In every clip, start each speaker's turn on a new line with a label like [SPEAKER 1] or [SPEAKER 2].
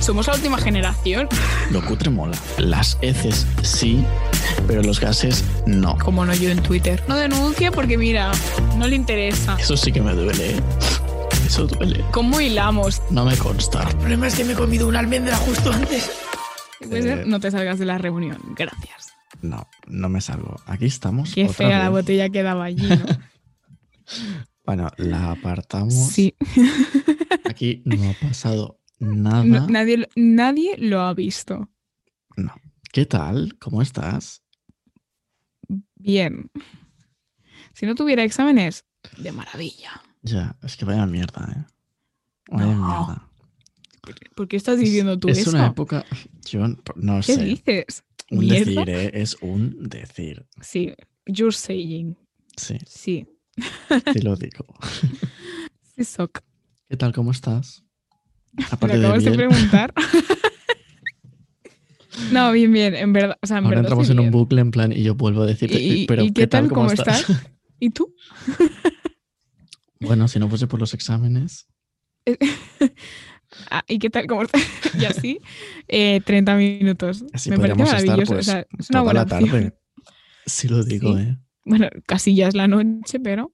[SPEAKER 1] Somos la última generación.
[SPEAKER 2] Lo cutre mola. Las heces sí, pero los gases no.
[SPEAKER 1] Como no yo en Twitter. No denuncia porque mira, no le interesa.
[SPEAKER 2] Eso sí que me duele, ¿eh? Eso duele.
[SPEAKER 1] ¿Cómo hilamos?
[SPEAKER 2] No me consta.
[SPEAKER 3] El problema es que me he comido una almendra justo antes.
[SPEAKER 1] Puede
[SPEAKER 2] Eh.
[SPEAKER 1] ser, no te salgas de la reunión. Gracias.
[SPEAKER 2] No, no me salgo. Aquí estamos.
[SPEAKER 1] Qué
[SPEAKER 2] otra
[SPEAKER 1] fea la
[SPEAKER 2] vez.
[SPEAKER 1] botella que daba allí, ¿no?
[SPEAKER 2] Bueno, la apartamos.
[SPEAKER 1] Sí.
[SPEAKER 2] Aquí no ha pasado nada.
[SPEAKER 1] No, nadie, lo- nadie lo ha visto.
[SPEAKER 2] No. ¿Qué tal? ¿Cómo estás?
[SPEAKER 1] Bien. Si no tuviera exámenes, de maravilla.
[SPEAKER 2] Ya, es que vaya mierda, ¿eh? Vaya
[SPEAKER 1] No.
[SPEAKER 2] mierda.
[SPEAKER 1] ¿Por qué estás diciendo tú
[SPEAKER 2] es
[SPEAKER 1] eso?
[SPEAKER 2] una época. Yo no- no
[SPEAKER 1] ¿Qué
[SPEAKER 2] sé.
[SPEAKER 1] dices?
[SPEAKER 2] Un
[SPEAKER 1] ¿Mierda?
[SPEAKER 2] decir, ¿eh? Es un decir.
[SPEAKER 1] Sí, you're saying.
[SPEAKER 2] Sí,
[SPEAKER 1] Sí,
[SPEAKER 2] te lo digo.
[SPEAKER 1] sí, soc.
[SPEAKER 2] ¿Qué tal? ¿Cómo estás?
[SPEAKER 1] Me lo
[SPEAKER 2] Aparte de
[SPEAKER 1] acabas de,
[SPEAKER 2] bien,
[SPEAKER 1] preguntar. no, bien, bien, en verdad. O sea, en
[SPEAKER 2] ahora
[SPEAKER 1] verdad.
[SPEAKER 2] entramos
[SPEAKER 1] estoy
[SPEAKER 2] en un
[SPEAKER 1] bien.
[SPEAKER 2] bucle en plan y yo vuelvo a decirte,
[SPEAKER 1] ¿Y- y-
[SPEAKER 2] pero
[SPEAKER 1] y
[SPEAKER 2] ¿qué, tal? ¿Cómo, estás?
[SPEAKER 1] ¿Y tú?
[SPEAKER 2] bueno, si no fuese por los exámenes,
[SPEAKER 1] Ah, ¿Y qué tal? ¿Cómo estás? y así, eh, 30 minutos.
[SPEAKER 2] así
[SPEAKER 1] Me parece
[SPEAKER 2] podríamos
[SPEAKER 1] maravilloso.
[SPEAKER 2] estar
[SPEAKER 1] o sea,
[SPEAKER 2] pues
[SPEAKER 1] es una
[SPEAKER 2] toda
[SPEAKER 1] buena
[SPEAKER 2] la
[SPEAKER 1] opción.
[SPEAKER 2] tarde. Sí lo digo,
[SPEAKER 1] Sí.
[SPEAKER 2] ¿eh?
[SPEAKER 1] Bueno, casi ya es la noche, pero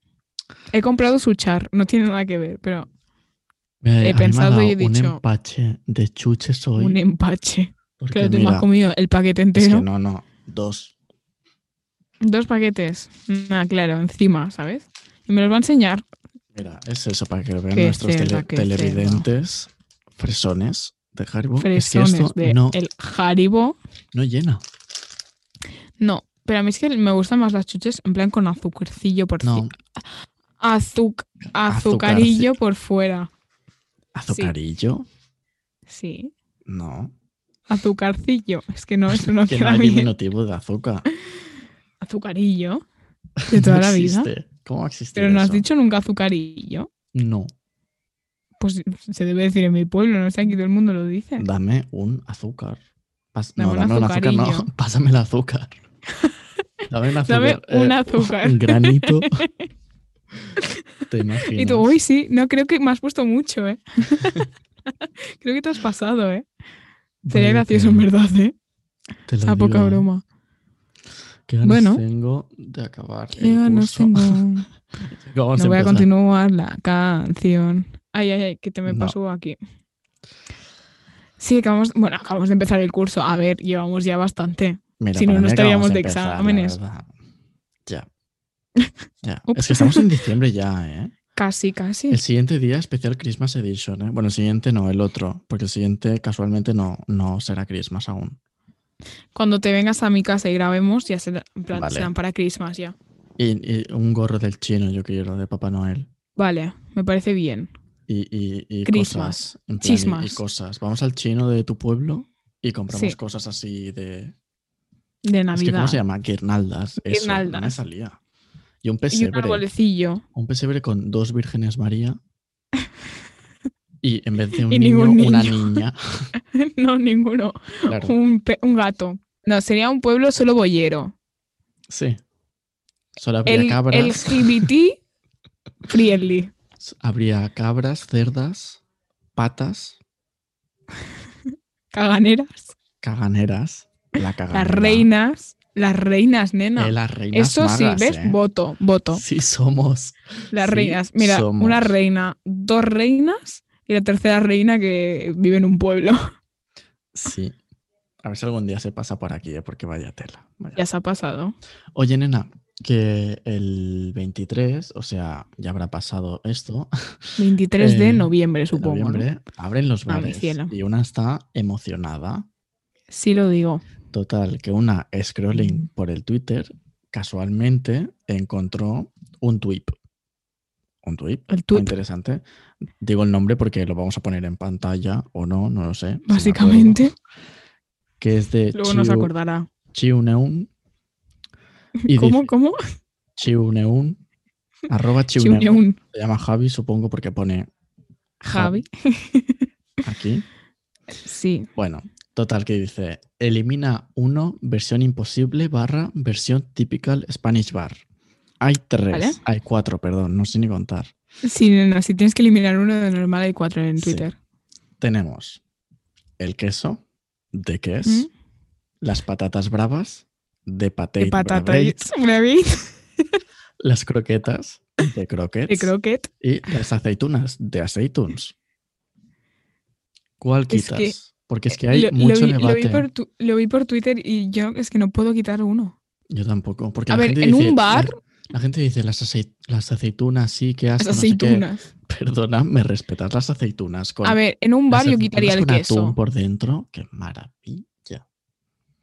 [SPEAKER 1] he comprado su char. No tiene nada que ver, pero
[SPEAKER 2] Mira, a mí me ha
[SPEAKER 1] pensado y he
[SPEAKER 2] dado un
[SPEAKER 1] dicho,
[SPEAKER 2] empache de chuches hoy.
[SPEAKER 1] un em- empache.
[SPEAKER 2] porque,
[SPEAKER 1] Claro, tú me
[SPEAKER 2] mira,
[SPEAKER 1] has comido el paquete
[SPEAKER 2] es
[SPEAKER 1] entero.
[SPEAKER 2] que no, no, dos.
[SPEAKER 1] Dos paquetes. Ah, claro, encima, ¿sabes? Y me los va a enseñar.
[SPEAKER 2] Mira, es eso para que lo vean
[SPEAKER 1] Qué
[SPEAKER 2] nuestros tele-
[SPEAKER 1] cerda, qué
[SPEAKER 2] televidentes fresones de Haribo. es que
[SPEAKER 1] Fresones
[SPEAKER 2] esto
[SPEAKER 1] de
[SPEAKER 2] no,
[SPEAKER 1] el Haribo.
[SPEAKER 2] no llena.
[SPEAKER 1] No, pero a mí es que me gustan más las chuches en plan con azucarcillo por
[SPEAKER 2] No,
[SPEAKER 1] ci- azuc- azucarillo por fuera.
[SPEAKER 2] azucarillo.
[SPEAKER 1] Sí.
[SPEAKER 2] No.
[SPEAKER 1] Azucarcillo. Es que no, eso no
[SPEAKER 2] Que no
[SPEAKER 1] queda
[SPEAKER 2] hay
[SPEAKER 1] bien.
[SPEAKER 2] diminutivo de azúcar.
[SPEAKER 1] Azucarillo. De toda
[SPEAKER 2] No
[SPEAKER 1] la vida.
[SPEAKER 2] existe. ¿Cómo existe?
[SPEAKER 1] Pero no has dicho nunca azucarillo.
[SPEAKER 2] No.
[SPEAKER 1] Pues se debe decir en mi pueblo, no sé, aquí todo el mundo lo dice.
[SPEAKER 2] Dame un azúcar. Pas- no,
[SPEAKER 1] Dame
[SPEAKER 2] dame
[SPEAKER 1] un
[SPEAKER 2] un azúcar, no.
[SPEAKER 1] azucarillo.
[SPEAKER 2] Pásame el azúcar. Dame un azúcar.
[SPEAKER 1] Dame
[SPEAKER 2] eh,
[SPEAKER 1] un azúcar.
[SPEAKER 2] Un granito.
[SPEAKER 1] Y tú,
[SPEAKER 2] Te imaginas.
[SPEAKER 1] uy, sí, no, creo que me has puesto mucho, ¿eh? creo que te has pasado, ¿eh? Sería
[SPEAKER 2] Vaya
[SPEAKER 1] gracioso, en
[SPEAKER 2] tela,
[SPEAKER 1] verdad, ¿eh?
[SPEAKER 2] te lo
[SPEAKER 1] A poca
[SPEAKER 2] digo, ¿eh?
[SPEAKER 1] broma.
[SPEAKER 2] Qué ganas
[SPEAKER 1] Bueno.
[SPEAKER 2] tengo de acabar
[SPEAKER 1] Qué
[SPEAKER 2] el
[SPEAKER 1] ganas
[SPEAKER 2] curso.
[SPEAKER 1] tengo. No
[SPEAKER 2] Vamos
[SPEAKER 1] voy a
[SPEAKER 2] empezar.
[SPEAKER 1] continuar la canción. Ay, ay, ay, que te me
[SPEAKER 2] No.
[SPEAKER 1] pasó aquí. Sí, acabamos, bueno, acabamos de empezar el curso. A ver, llevamos ya bastante.
[SPEAKER 2] Mira,
[SPEAKER 1] Si no, no
[SPEAKER 2] para mí que
[SPEAKER 1] estaríamos
[SPEAKER 2] vamos a
[SPEAKER 1] de
[SPEAKER 2] empezar, la
[SPEAKER 1] exámenes.
[SPEAKER 2] verdad. Ya. ya.
[SPEAKER 1] Ups.
[SPEAKER 2] Es que estamos en diciembre ya, ¿eh?
[SPEAKER 1] Casi, casi.
[SPEAKER 2] El siguiente día, especial Christmas Edition, ¿eh? Bueno, el siguiente no, el otro. Porque el siguiente casualmente no, no será Christmas aún.
[SPEAKER 1] Cuando te vengas a mi casa y grabemos, ya será- en plan,
[SPEAKER 2] Vale.
[SPEAKER 1] serán para Christmas ya.
[SPEAKER 2] Y, y un gorro del chino, yo quiero, de Papá Noel.
[SPEAKER 1] Vale, me parece bien.
[SPEAKER 2] Y, y, y
[SPEAKER 1] Christmas.
[SPEAKER 2] cosas. en plan, y- y,
[SPEAKER 1] Chismas.
[SPEAKER 2] cosas. Vamos al chino de tu pueblo y compramos
[SPEAKER 1] Sí.
[SPEAKER 2] cosas así de.
[SPEAKER 1] De
[SPEAKER 2] Es que, ¿cómo
[SPEAKER 1] Navidad.
[SPEAKER 2] se llama? Guirnaldas. Eso, No me
[SPEAKER 1] Guirnaldas.
[SPEAKER 2] salía. Y
[SPEAKER 1] y
[SPEAKER 2] un
[SPEAKER 1] un
[SPEAKER 2] pesebre.
[SPEAKER 1] arbolecillo.
[SPEAKER 2] un pesebre con dos vírgenes María y en vez de un
[SPEAKER 1] Y
[SPEAKER 2] niño,
[SPEAKER 1] ningún
[SPEAKER 2] una
[SPEAKER 1] niño.
[SPEAKER 2] niña.
[SPEAKER 1] no, ninguno.
[SPEAKER 2] Claro,
[SPEAKER 1] Un, pe- un gato. No, sería un pueblo solo boyero.
[SPEAKER 2] sí. Solo habría
[SPEAKER 1] El,
[SPEAKER 2] cabras,
[SPEAKER 1] el LGBT friendly.
[SPEAKER 2] habría cabras, cerdas, patas,
[SPEAKER 1] Caganeras.
[SPEAKER 2] caganeras, la caganera.
[SPEAKER 1] Las reinas. Las reinas, nena.
[SPEAKER 2] Eh, las reinas
[SPEAKER 1] Eso
[SPEAKER 2] magas,
[SPEAKER 1] sí, ¿ves?
[SPEAKER 2] eh.
[SPEAKER 1] Voto, voto.
[SPEAKER 2] Sí somos.
[SPEAKER 1] Las
[SPEAKER 2] sí
[SPEAKER 1] reinas. Mira, una
[SPEAKER 2] somos.
[SPEAKER 1] reina, dos reinas y la tercera reina que vive en un pueblo.
[SPEAKER 2] Sí. A ver si algún día se pasa por aquí, eh, porque vaya tela. vaya
[SPEAKER 1] ya se ha pasado.
[SPEAKER 2] Oye, nena, que el 23, o sea, ya habrá pasado esto,
[SPEAKER 1] 23 de
[SPEAKER 2] Eh,
[SPEAKER 1] noviembre,
[SPEAKER 2] de
[SPEAKER 1] supongo. ¿no?
[SPEAKER 2] noviembre, abren los
[SPEAKER 1] Ah, mi
[SPEAKER 2] bares.
[SPEAKER 1] cielo.
[SPEAKER 2] Y una está emocionada.
[SPEAKER 1] Sí lo digo.
[SPEAKER 2] Total, que una
[SPEAKER 1] Mm.
[SPEAKER 2] scrolling por el Twitter casualmente encontró un tweet. Un tweet.
[SPEAKER 1] El
[SPEAKER 2] Muy
[SPEAKER 1] tuit,
[SPEAKER 2] interesante. Digo el nombre porque lo vamos a poner en pantalla o no, no lo sé. si me
[SPEAKER 1] básicamente.
[SPEAKER 2] acuerdo, que es de
[SPEAKER 1] Luego nos
[SPEAKER 2] Chiu-
[SPEAKER 1] acordará.
[SPEAKER 2] Chiuneun. Y
[SPEAKER 1] ¿Cómo?
[SPEAKER 2] dice
[SPEAKER 1] ¿Cómo?
[SPEAKER 2] Chiuneun. Arroba Chiuneun.
[SPEAKER 1] Chiunión.
[SPEAKER 2] Se llama Javi, supongo, porque pone Ah.
[SPEAKER 1] Javi.
[SPEAKER 2] aquí.
[SPEAKER 1] Sí.
[SPEAKER 2] Bueno, total que dice, elimina uno, versión imposible barra versión typical Spanish bar. Hay tres,
[SPEAKER 1] Vale.
[SPEAKER 2] hay cuatro, perdón, no sé ni contar.
[SPEAKER 1] Sí, nena, si tienes que eliminar uno de normal hay cuatro en
[SPEAKER 2] Sí.
[SPEAKER 1] Twitter.
[SPEAKER 2] Tenemos el queso, de queso,
[SPEAKER 1] ¿Mm?
[SPEAKER 2] las patatas bravas, de patate,
[SPEAKER 1] De patata y bravit,
[SPEAKER 2] las croquetas, de croquettes,
[SPEAKER 1] de croquet.
[SPEAKER 2] y las aceitunas, de aceituns. ¿Cuál
[SPEAKER 1] Es que, eh,
[SPEAKER 2] quitas? Porque es que hay
[SPEAKER 1] lo, lo
[SPEAKER 2] mucho
[SPEAKER 1] vi, lo vi
[SPEAKER 2] debate.
[SPEAKER 1] por tu- lo vi por Twitter y yo es que no puedo quitar uno.
[SPEAKER 2] Yo tampoco. Porque
[SPEAKER 1] A
[SPEAKER 2] la
[SPEAKER 1] ver,
[SPEAKER 2] gente
[SPEAKER 1] en
[SPEAKER 2] dice-
[SPEAKER 1] un
[SPEAKER 2] la-
[SPEAKER 1] bar,
[SPEAKER 2] La, gente dice las, acei- las aceitunas sí que
[SPEAKER 1] las
[SPEAKER 2] hacen.
[SPEAKER 1] aceitunas.
[SPEAKER 2] Perdona, me respetas las aceitunas. Con,
[SPEAKER 1] A ver, en un
[SPEAKER 2] las
[SPEAKER 1] bar yo
[SPEAKER 2] aceitunas
[SPEAKER 1] quitaría el
[SPEAKER 2] con atún
[SPEAKER 1] queso.
[SPEAKER 2] por dentro. Qué maravilla.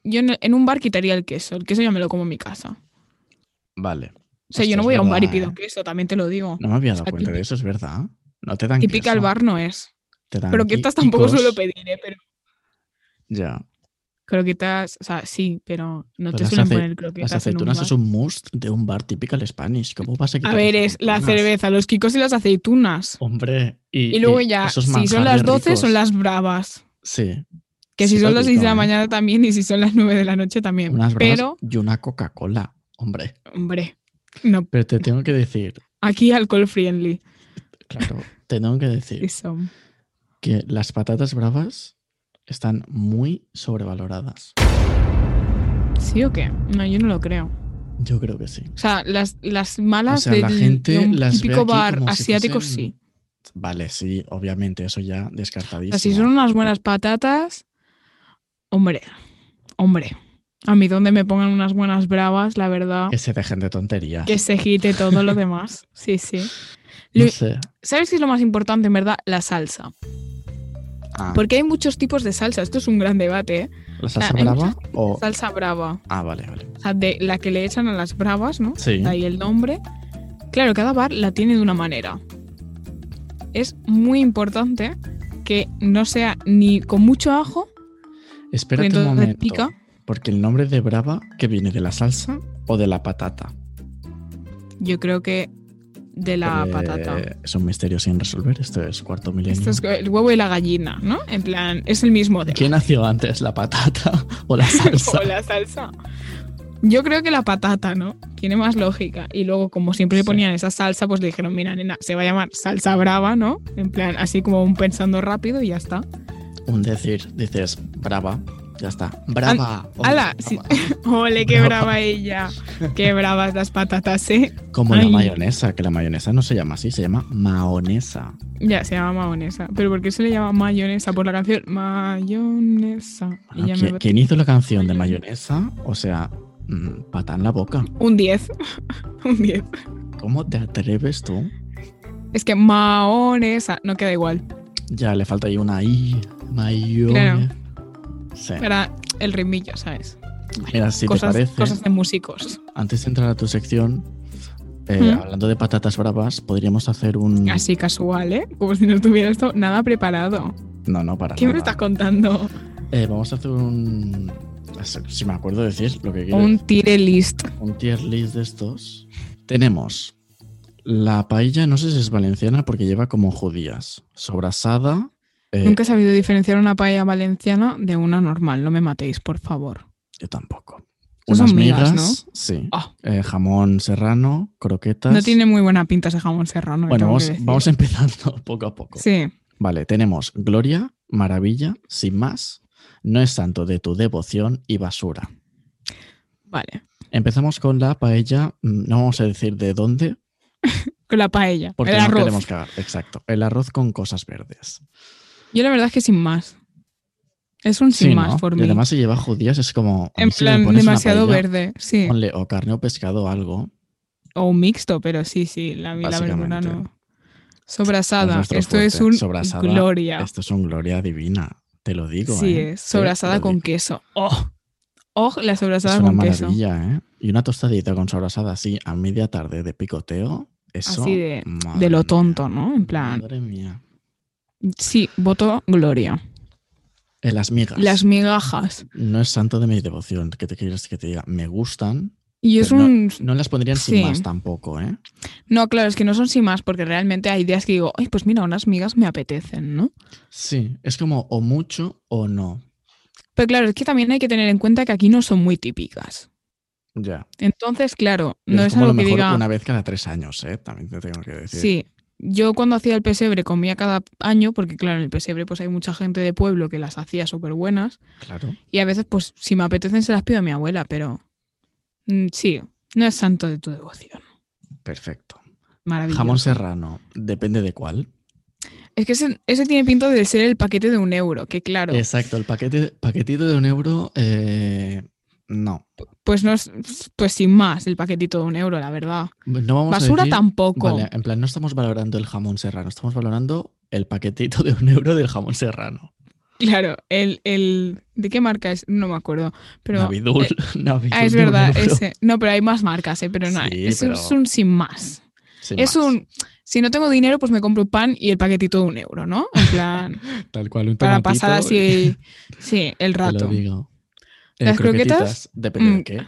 [SPEAKER 1] Yo en, en un bar quitaría el queso. El queso ya me lo como en mi casa.
[SPEAKER 2] Vale.
[SPEAKER 1] O sea,
[SPEAKER 2] Hostia,
[SPEAKER 1] yo no
[SPEAKER 2] es
[SPEAKER 1] voy a un bar y
[SPEAKER 2] verdad,
[SPEAKER 1] pido
[SPEAKER 2] ¿eh?
[SPEAKER 1] queso, también te lo digo.
[SPEAKER 2] No me había
[SPEAKER 1] O sea,
[SPEAKER 2] dado cuenta de
[SPEAKER 1] típica-
[SPEAKER 2] eso, es verdad. No te dan
[SPEAKER 1] Típica el
[SPEAKER 2] queso,
[SPEAKER 1] bar no es.
[SPEAKER 2] te dan
[SPEAKER 1] Croquetas
[SPEAKER 2] qui-
[SPEAKER 1] tampoco
[SPEAKER 2] quicos.
[SPEAKER 1] suelo pedir, ¿eh? Pero
[SPEAKER 2] Ya.
[SPEAKER 1] croquetas, o sea, sí, pero no
[SPEAKER 2] Pero
[SPEAKER 1] te
[SPEAKER 2] las
[SPEAKER 1] suelen
[SPEAKER 2] ace-
[SPEAKER 1] poner
[SPEAKER 2] Las
[SPEAKER 1] croquetas en un
[SPEAKER 2] aceitunas
[SPEAKER 1] bar.
[SPEAKER 2] es un must de un bar típico al Spanish. ¿Cómo vas a quitar
[SPEAKER 1] A ver,
[SPEAKER 2] las
[SPEAKER 1] es la
[SPEAKER 2] aceitunas?
[SPEAKER 1] cerveza, los quicos y las aceitunas.
[SPEAKER 2] Hombre, y,
[SPEAKER 1] Y luego
[SPEAKER 2] y
[SPEAKER 1] ya,
[SPEAKER 2] eh, esos
[SPEAKER 1] si son
[SPEAKER 2] manjares
[SPEAKER 1] las 12 son
[SPEAKER 2] ricos.
[SPEAKER 1] las bravas.
[SPEAKER 2] Sí.
[SPEAKER 1] Que si
[SPEAKER 2] Sí,
[SPEAKER 1] son
[SPEAKER 2] lo
[SPEAKER 1] las 6 de
[SPEAKER 2] digo,
[SPEAKER 1] la
[SPEAKER 2] ¿eh?
[SPEAKER 1] mañana también y si son las 9 de la noche también.
[SPEAKER 2] Unas bravas
[SPEAKER 1] Pero,
[SPEAKER 2] y una Coca-Cola. Hombre,
[SPEAKER 1] hombre, no,
[SPEAKER 2] pero te tengo que decir,
[SPEAKER 1] aquí alcohol friendly.
[SPEAKER 2] claro, te tengo que decir
[SPEAKER 1] Eso.
[SPEAKER 2] que las patatas bravas están muy sobrevaloradas.
[SPEAKER 1] ¿Sí o qué? No, yo no lo creo.
[SPEAKER 2] Yo creo que sí.
[SPEAKER 1] O sea, las, las malas
[SPEAKER 2] O sea,
[SPEAKER 1] del,
[SPEAKER 2] la gente
[SPEAKER 1] de un
[SPEAKER 2] las ve
[SPEAKER 1] típico
[SPEAKER 2] aquí
[SPEAKER 1] bar
[SPEAKER 2] como si
[SPEAKER 1] asiático,
[SPEAKER 2] fuesen-
[SPEAKER 1] sí.
[SPEAKER 2] Vale, sí, obviamente, eso ya
[SPEAKER 1] O
[SPEAKER 2] descartadísimo.
[SPEAKER 1] sea, si son unas buenas patatas, hombre, hombre. A mí donde me pongan unas buenas bravas, la verdad,
[SPEAKER 2] Que se dejen de tonterías.
[SPEAKER 1] que se quite todo lo demás. Sí, sí.
[SPEAKER 2] No
[SPEAKER 1] Lo-
[SPEAKER 2] sé.
[SPEAKER 1] ¿Sabes qué es lo más importante, en verdad? La salsa.
[SPEAKER 2] Ah,
[SPEAKER 1] Porque hay muchos tipos de salsa. Esto es un gran debate, ¿eh?
[SPEAKER 2] ¿La salsa
[SPEAKER 1] hay
[SPEAKER 2] brava
[SPEAKER 1] muchas-
[SPEAKER 2] o...?
[SPEAKER 1] Salsa brava.
[SPEAKER 2] Ah, vale, vale.
[SPEAKER 1] O sea, de la que le echan a las bravas, ¿no?
[SPEAKER 2] Sí.
[SPEAKER 1] De ahí el nombre. Claro, cada bar la tiene de una manera. Es muy importante que no sea ni con mucho ajo, porque
[SPEAKER 2] Espérate un
[SPEAKER 1] entonces
[SPEAKER 2] momento.
[SPEAKER 1] pica.
[SPEAKER 2] Porque el nombre de brava, que viene de la salsa o de la patata?
[SPEAKER 1] Yo creo que de la
[SPEAKER 2] Eh,
[SPEAKER 1] patata.
[SPEAKER 2] Es un misterio sin resolver. Esto es cuarto milenio.
[SPEAKER 1] Esto es el huevo y la gallina, ¿no? En plan, es el mismo de
[SPEAKER 2] ¿Quién nació antes, la patata o la salsa?
[SPEAKER 1] o la salsa. Yo creo que la patata, ¿no? Tiene más lógica. Y luego, como siempre le
[SPEAKER 2] Sí.
[SPEAKER 1] ponían esa salsa, pues le dijeron, mira, nena, se va a llamar salsa brava, ¿no? En plan, así como un pensando rápido y ya está.
[SPEAKER 2] un decir, dices brava, ya está. Brava. o
[SPEAKER 1] ala, sí. ¡Ole, qué
[SPEAKER 2] Brava.
[SPEAKER 1] brava ella! ¡Qué bravas las patatas, eh!
[SPEAKER 2] Como la
[SPEAKER 1] Ay.
[SPEAKER 2] mayonesa, que la mayonesa no se llama así, se llama maonesa.
[SPEAKER 1] Ya, se llama mayonesa. ¿Pero por qué se le llama mayonesa? Por la canción Mayonesa. Y
[SPEAKER 2] Bueno,
[SPEAKER 1] ya me
[SPEAKER 2] ¿quién,
[SPEAKER 1] va-
[SPEAKER 2] quién hizo la canción de
[SPEAKER 1] Mayonesa.
[SPEAKER 2] mayonesa? O sea, mm, pata en la boca.
[SPEAKER 1] Un 10. un 10.
[SPEAKER 2] ¿Cómo te atreves tú?
[SPEAKER 1] Es que maonesa no queda igual.
[SPEAKER 2] Ya le falta ahí una I. Mayonesa. Sí.
[SPEAKER 1] Era el ritmillo, ¿sabes?
[SPEAKER 2] Mira, si
[SPEAKER 1] cosas,
[SPEAKER 2] te parece,
[SPEAKER 1] cosas de músicos.
[SPEAKER 2] antes de entrar a tu sección, eh,
[SPEAKER 1] ¿Mm?
[SPEAKER 2] hablando de patatas bravas, podríamos hacer un.
[SPEAKER 1] Así casual, ¿eh? Como si no tuviera esto nada preparado.
[SPEAKER 2] No, no, para
[SPEAKER 1] ¿Qué me
[SPEAKER 2] nada.
[SPEAKER 1] estás contando?
[SPEAKER 2] Eh, vamos a hacer un. Si me acuerdo de decir lo que quiero.
[SPEAKER 1] Un tire list.
[SPEAKER 2] un tier list de estos. Tenemos la paella, no sé si es valenciana porque lleva como judías. Sobrasada. eh,
[SPEAKER 1] Nunca he sabido diferenciar una paella valenciana de una normal. No me matéis, por favor.
[SPEAKER 2] Yo tampoco.
[SPEAKER 1] Esas
[SPEAKER 2] Unas
[SPEAKER 1] son migas,
[SPEAKER 2] migas,
[SPEAKER 1] ¿no?
[SPEAKER 2] sí.
[SPEAKER 1] Ah.
[SPEAKER 2] Eh, jamón serrano, croquetas.
[SPEAKER 1] No tiene muy buena pinta ese jamón serrano.
[SPEAKER 2] Bueno,
[SPEAKER 1] tengo que
[SPEAKER 2] vamos,
[SPEAKER 1] decir.
[SPEAKER 2] vamos empezando poco a poco.
[SPEAKER 1] Sí.
[SPEAKER 2] Vale, tenemos Gloria, Maravilla, sin más. No es santo de tu devoción y basura.
[SPEAKER 1] Vale.
[SPEAKER 2] Empezamos con la paella. mm, No vamos a decir de dónde,
[SPEAKER 1] Con la paella.
[SPEAKER 2] Porque
[SPEAKER 1] el
[SPEAKER 2] no
[SPEAKER 1] arroz.
[SPEAKER 2] queremos cagar. Exacto. El arroz con cosas verdes.
[SPEAKER 1] Yo la verdad es que sin más. Es un sin
[SPEAKER 2] Sí,
[SPEAKER 1] más
[SPEAKER 2] ¿no?
[SPEAKER 1] por
[SPEAKER 2] Y
[SPEAKER 1] mí.
[SPEAKER 2] además si lleva judías es como... a
[SPEAKER 1] en
[SPEAKER 2] mí si me
[SPEAKER 1] plan,
[SPEAKER 2] pones una
[SPEAKER 1] demasiado
[SPEAKER 2] paella,
[SPEAKER 1] verde. Sí.
[SPEAKER 2] Ponle o carne o pescado o algo.
[SPEAKER 1] O un mixto, pero sí, sí. La, la verdura
[SPEAKER 2] Básicamente.
[SPEAKER 1] no.
[SPEAKER 2] Es
[SPEAKER 1] Sobrasada.
[SPEAKER 2] nuestro
[SPEAKER 1] Esto es
[SPEAKER 2] fuerte.
[SPEAKER 1] un
[SPEAKER 2] Sobrasada,
[SPEAKER 1] gloria.
[SPEAKER 2] Esto es un gloria divina. Te lo digo.
[SPEAKER 1] Sí,
[SPEAKER 2] ¿eh?
[SPEAKER 1] es
[SPEAKER 2] Te
[SPEAKER 1] sobrasada
[SPEAKER 2] lo
[SPEAKER 1] con
[SPEAKER 2] digo.
[SPEAKER 1] queso. ¡Oh! ¡Oh! La sobrasada
[SPEAKER 2] Es una
[SPEAKER 1] con queso.
[SPEAKER 2] maravilla, ¿eh? Y una tostadita con sobrasada así a media tarde de picoteo. Eso...
[SPEAKER 1] Así de-
[SPEAKER 2] madre
[SPEAKER 1] De lo
[SPEAKER 2] mía,
[SPEAKER 1] tonto, ¿no? En plan.
[SPEAKER 2] Madre mía.
[SPEAKER 1] Sí, voto Gloria.
[SPEAKER 2] Eh, las migas.
[SPEAKER 1] Las migajas.
[SPEAKER 2] No es santo de mi devoción. que te quieres que te diga? Me gustan.
[SPEAKER 1] Y es
[SPEAKER 2] Pero
[SPEAKER 1] un.
[SPEAKER 2] No las pondrían
[SPEAKER 1] Sí.
[SPEAKER 2] sin más tampoco, ¿eh?
[SPEAKER 1] No, claro, es que no son sin más, porque realmente hay días que digo, ay, pues mira, unas migas me apetecen, ¿no?
[SPEAKER 2] Sí, es como o mucho o no.
[SPEAKER 1] Pero claro, es que también hay que tener en cuenta que aquí no son muy típicas.
[SPEAKER 2] Ya.
[SPEAKER 1] Entonces, claro, no
[SPEAKER 2] es,
[SPEAKER 1] es
[SPEAKER 2] como a
[SPEAKER 1] algo
[SPEAKER 2] lo
[SPEAKER 1] que
[SPEAKER 2] mejor
[SPEAKER 1] diga.
[SPEAKER 2] una vez cada tres años, ¿eh? También te tengo que decir.
[SPEAKER 1] Sí, Yo cuando hacía el pesebre comía cada año, porque claro, en el pesebre pues hay mucha gente de pueblo que las hacía súper buenas.
[SPEAKER 2] Claro.
[SPEAKER 1] Y a veces, pues, si me apetecen, se las pido a mi abuela, pero mm, sí, no es santo de tu devoción.
[SPEAKER 2] Perfecto.
[SPEAKER 1] Maravilloso.
[SPEAKER 2] Jamón serrano, depende de cuál.
[SPEAKER 1] Es que ese, ese tiene pinta de ser el paquete de un euro, que claro,
[SPEAKER 2] Exacto, el paquete, paquetito de un euro, eh, no.
[SPEAKER 1] pues no es, pues sin más, el paquetito de un euro, la verdad.
[SPEAKER 2] No vamos a
[SPEAKER 1] Basura
[SPEAKER 2] decir-
[SPEAKER 1] tampoco.
[SPEAKER 2] Vale, en plan, no estamos valorando el jamón serrano, estamos valorando el paquetito de un euro del jamón serrano.
[SPEAKER 1] Claro, el, el. ¿De qué marca es? No me acuerdo. Pero.
[SPEAKER 2] Navidul,
[SPEAKER 1] eh,
[SPEAKER 2] Navidul
[SPEAKER 1] ah, es
[SPEAKER 2] de un
[SPEAKER 1] verdad,
[SPEAKER 2] euro.
[SPEAKER 1] ese. No, pero hay más marcas, eh, pero no.
[SPEAKER 2] Sí,
[SPEAKER 1] es, un-
[SPEAKER 2] pero-
[SPEAKER 1] es un sin más.
[SPEAKER 2] Sin
[SPEAKER 1] es
[SPEAKER 2] más.
[SPEAKER 1] un. Si no tengo dinero, pues me compro pan y el paquetito de un euro, ¿no? En plan,
[SPEAKER 2] Tal cual, un
[SPEAKER 1] para
[SPEAKER 2] tomatito
[SPEAKER 1] pasar
[SPEAKER 2] y-
[SPEAKER 1] así. Sí, el
[SPEAKER 2] Te
[SPEAKER 1] rato.
[SPEAKER 2] lo digo. Eh,
[SPEAKER 1] Las
[SPEAKER 2] croquetitas,
[SPEAKER 1] croquetas,
[SPEAKER 2] depende de
[SPEAKER 1] mm.
[SPEAKER 2] qué.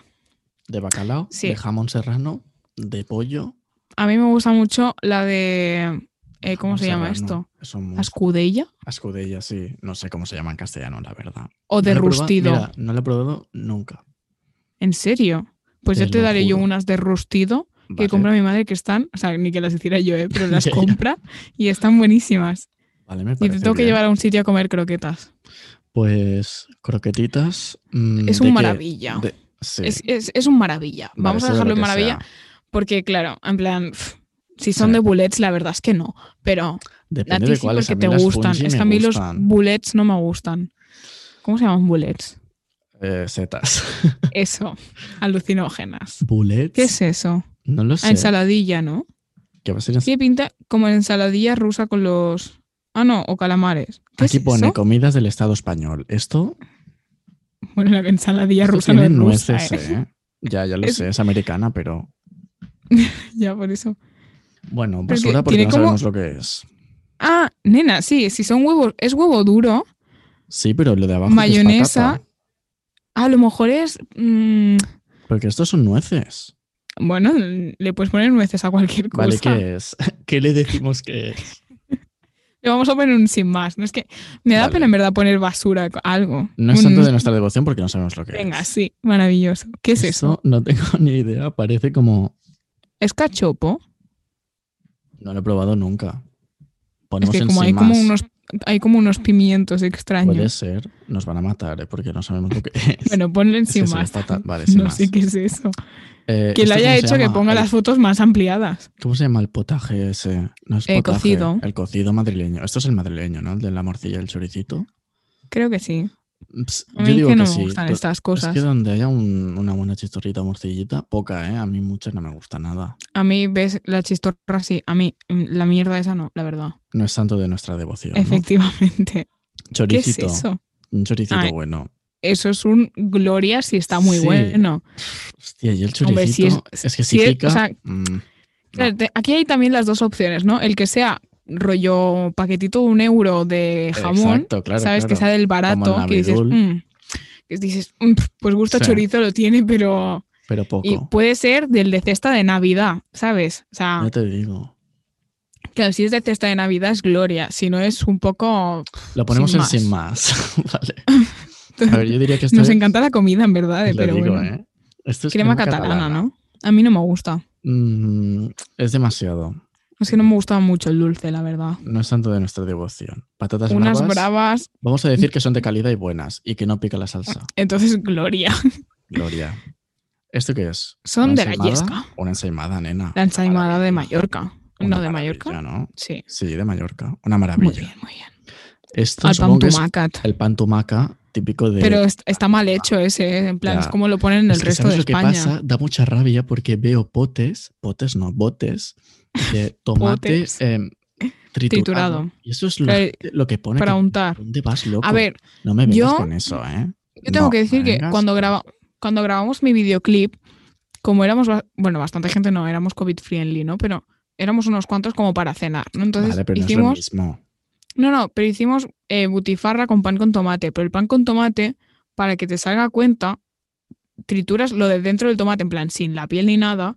[SPEAKER 2] De bacalao,
[SPEAKER 1] Sí.
[SPEAKER 2] de jamón serrano, de pollo.
[SPEAKER 1] A mí me gusta mucho la de. eh, ¿Cómo
[SPEAKER 2] jamón
[SPEAKER 1] se llama
[SPEAKER 2] serrano.
[SPEAKER 1] esto?
[SPEAKER 2] Son muy-
[SPEAKER 1] ¿Ascudella?
[SPEAKER 2] Escudella, sí. No sé cómo se llama en castellano, la verdad.
[SPEAKER 1] ¿O de
[SPEAKER 2] No lo he probado-
[SPEAKER 1] rustido?
[SPEAKER 2] mira, no lo he probado nunca.
[SPEAKER 1] ¿En serio? Pues
[SPEAKER 2] Te
[SPEAKER 1] yo te
[SPEAKER 2] lo
[SPEAKER 1] daré yo
[SPEAKER 2] juro.
[SPEAKER 1] unas de rustido que
[SPEAKER 2] Vale,
[SPEAKER 1] compra mi madre que están, o sea, ni que las hiciera yo, ¿eh? pero las
[SPEAKER 2] Ya, ya.
[SPEAKER 1] compra y están buenísimas.
[SPEAKER 2] vale, me
[SPEAKER 1] Y te
[SPEAKER 2] parece
[SPEAKER 1] tengo que
[SPEAKER 2] bien.
[SPEAKER 1] llevar a un sitio a comer croquetas.
[SPEAKER 2] Pues croquetitas. mm,
[SPEAKER 1] Es
[SPEAKER 2] ¿de
[SPEAKER 1] un
[SPEAKER 2] qué?
[SPEAKER 1] maravilla.
[SPEAKER 2] De- sí.
[SPEAKER 1] Es, es- es un maravilla.
[SPEAKER 2] Vale,
[SPEAKER 1] Vamos a
[SPEAKER 2] sea de lo
[SPEAKER 1] dejarlo en
[SPEAKER 2] que
[SPEAKER 1] maravilla
[SPEAKER 2] sea.
[SPEAKER 1] porque, claro, en plan, pff, si son
[SPEAKER 2] Sí.
[SPEAKER 1] de bullets, la verdad es que no. Pero
[SPEAKER 2] Depende
[SPEAKER 1] a ti
[SPEAKER 2] de
[SPEAKER 1] sí
[SPEAKER 2] cuáles.
[SPEAKER 1] porque
[SPEAKER 2] a mí
[SPEAKER 1] te
[SPEAKER 2] las
[SPEAKER 1] gustan.
[SPEAKER 2] Fungi
[SPEAKER 1] Es
[SPEAKER 2] me
[SPEAKER 1] que a mí los
[SPEAKER 2] gustan.
[SPEAKER 1] bullets no me gustan. ¿Cómo se llaman bullets?
[SPEAKER 2] Eh, setas.
[SPEAKER 1] Eso, alucinógenas.
[SPEAKER 2] Bullets.
[SPEAKER 1] ¿Qué es eso?
[SPEAKER 2] No lo
[SPEAKER 1] Ah,
[SPEAKER 2] sé.
[SPEAKER 1] Ensaladilla, ¿no?
[SPEAKER 2] ¿Qué va a ser ens-
[SPEAKER 1] Tiene pinta como ensaladilla rusa con los. Ah, no, o calamares. ¿Qué
[SPEAKER 2] Aquí
[SPEAKER 1] es
[SPEAKER 2] pone
[SPEAKER 1] eso?
[SPEAKER 2] comidas del Estado español. Esto,
[SPEAKER 1] Bueno, la ensaladilla
[SPEAKER 2] esto
[SPEAKER 1] rusa no
[SPEAKER 2] tiene
[SPEAKER 1] es rusa,
[SPEAKER 2] nueces,
[SPEAKER 1] ¿eh?
[SPEAKER 2] ¿eh? Ya, ya lo
[SPEAKER 1] Es-
[SPEAKER 2] sé, es americana, pero.
[SPEAKER 1] Ya, por eso.
[SPEAKER 2] Bueno,
[SPEAKER 1] Pero que
[SPEAKER 2] basura porque
[SPEAKER 1] tiene
[SPEAKER 2] no
[SPEAKER 1] como-
[SPEAKER 2] sabemos lo que es.
[SPEAKER 1] Ah, nena, sí, si son huevos, es huevo duro.
[SPEAKER 2] Sí, pero lo de abajo. que es
[SPEAKER 1] Mayonesa.
[SPEAKER 2] patata.
[SPEAKER 1] A lo mejor es. mm,
[SPEAKER 2] Porque estos son nueces.
[SPEAKER 1] bueno, le puedes poner nueces a cualquier cosa.
[SPEAKER 2] Vale, ¿qué es? ¿Qué le decimos que es?
[SPEAKER 1] Le vamos a poner un sin más. No es que. Me da
[SPEAKER 2] Vale.
[SPEAKER 1] pena en verdad poner basura a algo.
[SPEAKER 2] No es
[SPEAKER 1] Un-
[SPEAKER 2] tanto de nuestra devoción porque no sabemos lo que
[SPEAKER 1] Venga,
[SPEAKER 2] es.
[SPEAKER 1] sí, maravilloso. ¿Qué es
[SPEAKER 2] Esto
[SPEAKER 1] eso?
[SPEAKER 2] No tengo ni idea, parece como.
[SPEAKER 1] ¿Es cachopo?
[SPEAKER 2] No lo he probado nunca.
[SPEAKER 1] Es
[SPEAKER 2] Ponemos
[SPEAKER 1] que
[SPEAKER 2] en
[SPEAKER 1] como
[SPEAKER 2] sin
[SPEAKER 1] hay como,
[SPEAKER 2] más.
[SPEAKER 1] unos, hay como unos pimientos extraños.
[SPEAKER 2] Puede ser, nos van a matar, ¿eh? porque no sabemos lo que es.
[SPEAKER 1] Bueno, ponle
[SPEAKER 2] Es que
[SPEAKER 1] encima.
[SPEAKER 2] se
[SPEAKER 1] sin
[SPEAKER 2] ve
[SPEAKER 1] más.
[SPEAKER 2] fatal. Vale, sin
[SPEAKER 1] no
[SPEAKER 2] más.
[SPEAKER 1] sé qué es eso.
[SPEAKER 2] Eh,
[SPEAKER 1] Quien lo
[SPEAKER 2] ¿esto
[SPEAKER 1] haya
[SPEAKER 2] cómo se
[SPEAKER 1] hecho que
[SPEAKER 2] llama?
[SPEAKER 1] ponga
[SPEAKER 2] El-
[SPEAKER 1] las fotos más ampliadas.
[SPEAKER 2] ¿Cómo se llama el potaje ese? No es
[SPEAKER 1] Eh,
[SPEAKER 2] potaje,
[SPEAKER 1] cocido.
[SPEAKER 2] El cocido madrileño. Esto es el madrileño, ¿no? El de la morcilla y el choricito.
[SPEAKER 1] Creo que sí.
[SPEAKER 2] Ps,
[SPEAKER 1] A
[SPEAKER 2] yo
[SPEAKER 1] mí es
[SPEAKER 2] digo
[SPEAKER 1] que
[SPEAKER 2] que
[SPEAKER 1] no
[SPEAKER 2] sí.
[SPEAKER 1] me gustan
[SPEAKER 2] Do-
[SPEAKER 1] estas cosas.
[SPEAKER 2] Es que donde haya un- una buena chistorrita o morcillita, poca, ¿eh? A mí muchas no me gusta nada.
[SPEAKER 1] A mí ves la chistorra sí. A mí mm, la mierda esa no, la verdad.
[SPEAKER 2] No es santo de nuestra devoción. ¿no?
[SPEAKER 1] Efectivamente. ¿Qué es
[SPEAKER 2] Choricito.
[SPEAKER 1] eso?
[SPEAKER 2] Un choricito
[SPEAKER 1] Ay.
[SPEAKER 2] bueno.
[SPEAKER 1] Eso es un gloria si está muy
[SPEAKER 2] Sí.
[SPEAKER 1] bueno.
[SPEAKER 2] Hostia, y el choricito.
[SPEAKER 1] Hombre, si es-
[SPEAKER 2] es, que si,
[SPEAKER 1] si es-
[SPEAKER 2] pica.
[SPEAKER 1] o sea,
[SPEAKER 2] mm,
[SPEAKER 1] Claro, te- aquí hay también las dos opciones, ¿no? El que sea rollo paquetito de un euro de jamón,
[SPEAKER 2] exacto, claro,
[SPEAKER 1] sabes que
[SPEAKER 2] claro.
[SPEAKER 1] sea del
[SPEAKER 2] Como
[SPEAKER 1] barato,
[SPEAKER 2] el
[SPEAKER 1] que dices,
[SPEAKER 2] Navidul.
[SPEAKER 1] mm, que dices mm, pues gusto a
[SPEAKER 2] Sí.
[SPEAKER 1] chorizo lo tiene, pero
[SPEAKER 2] Pero poco.
[SPEAKER 1] Y puede ser del de cesta de Navidad, ¿sabes? O sea,
[SPEAKER 2] Ya te digo.
[SPEAKER 1] claro, si es de cesta de Navidad es gloria, si no es un poco...
[SPEAKER 2] Lo ponemos
[SPEAKER 1] Sin
[SPEAKER 2] en sin más. vale. A ver, yo diría que esto
[SPEAKER 1] Nos
[SPEAKER 2] es-
[SPEAKER 1] encanta la comida, en verdad, eh,
[SPEAKER 2] Lo
[SPEAKER 1] pero
[SPEAKER 2] digo,
[SPEAKER 1] bueno.
[SPEAKER 2] ¿eh? Esto es
[SPEAKER 1] Crema, catalana, ¿no? A mí no me gusta.
[SPEAKER 2] Mm, es demasiado.
[SPEAKER 1] Es que no me gustaba mucho el dulce, la verdad.
[SPEAKER 2] No es tanto de nuestra devoción. Patatas
[SPEAKER 1] Unas
[SPEAKER 2] bravas.
[SPEAKER 1] bravas,
[SPEAKER 2] Vamos a decir que son de calidad y buenas y que no pica la salsa.
[SPEAKER 1] entonces gloria.
[SPEAKER 2] Gloria. ¿Esto qué es?
[SPEAKER 1] Son
[SPEAKER 2] ¿Una
[SPEAKER 1] de la
[SPEAKER 2] ensaimada?
[SPEAKER 1] yesca.
[SPEAKER 2] Una ensaimada, nena.
[SPEAKER 1] La ensaimada de
[SPEAKER 2] Maravilla.
[SPEAKER 1] Mallorca.
[SPEAKER 2] Una
[SPEAKER 1] ¿No de
[SPEAKER 2] maravilla,
[SPEAKER 1] Mallorca?
[SPEAKER 2] ¿no?
[SPEAKER 1] Sí.
[SPEAKER 2] Sí, de Mallorca. Una
[SPEAKER 1] Muy
[SPEAKER 2] maravilla.
[SPEAKER 1] bien, muy bien.
[SPEAKER 2] Esto
[SPEAKER 1] Al pan
[SPEAKER 2] supongo que es
[SPEAKER 1] tumacat.
[SPEAKER 2] el pan tumaca típico de...
[SPEAKER 1] Pero est- está mal hecho ese, ¿eh? en plan,
[SPEAKER 2] Ya.
[SPEAKER 1] es como lo ponen en el
[SPEAKER 2] Es que
[SPEAKER 1] resto
[SPEAKER 2] ¿sabes
[SPEAKER 1] de
[SPEAKER 2] lo que
[SPEAKER 1] España.
[SPEAKER 2] pasa? Da mucha rabia porque veo potes, potes no, botes, de tomate
[SPEAKER 1] Potes.
[SPEAKER 2] em, triturado.
[SPEAKER 1] Triturado.
[SPEAKER 2] Y eso es lo,
[SPEAKER 1] Claro,
[SPEAKER 2] lo que pone...
[SPEAKER 1] Para
[SPEAKER 2] que-
[SPEAKER 1] untar.
[SPEAKER 2] ¿Dónde vas, loco?
[SPEAKER 1] A ver,
[SPEAKER 2] No me vengas
[SPEAKER 1] yo-
[SPEAKER 2] con eso, ¿eh?
[SPEAKER 1] Yo tengo
[SPEAKER 2] No,
[SPEAKER 1] que decir que
[SPEAKER 2] vengas
[SPEAKER 1] cuando,
[SPEAKER 2] con-
[SPEAKER 1] graba, cuando grabamos mi videoclip, como éramos, ba- bueno, bastante gente no, éramos COVID friendly, ¿no? Pero éramos unos cuantos como para cenar, ¿no? Entonces
[SPEAKER 2] Vale, pero no
[SPEAKER 1] hicimos,
[SPEAKER 2] es lo mismo.
[SPEAKER 1] no, no, pero hicimos eh, butifarra con pan con tomate, pero el pan con tomate, para que te salga a cuenta, trituras lo de dentro del tomate, en plan, sin la piel ni nada,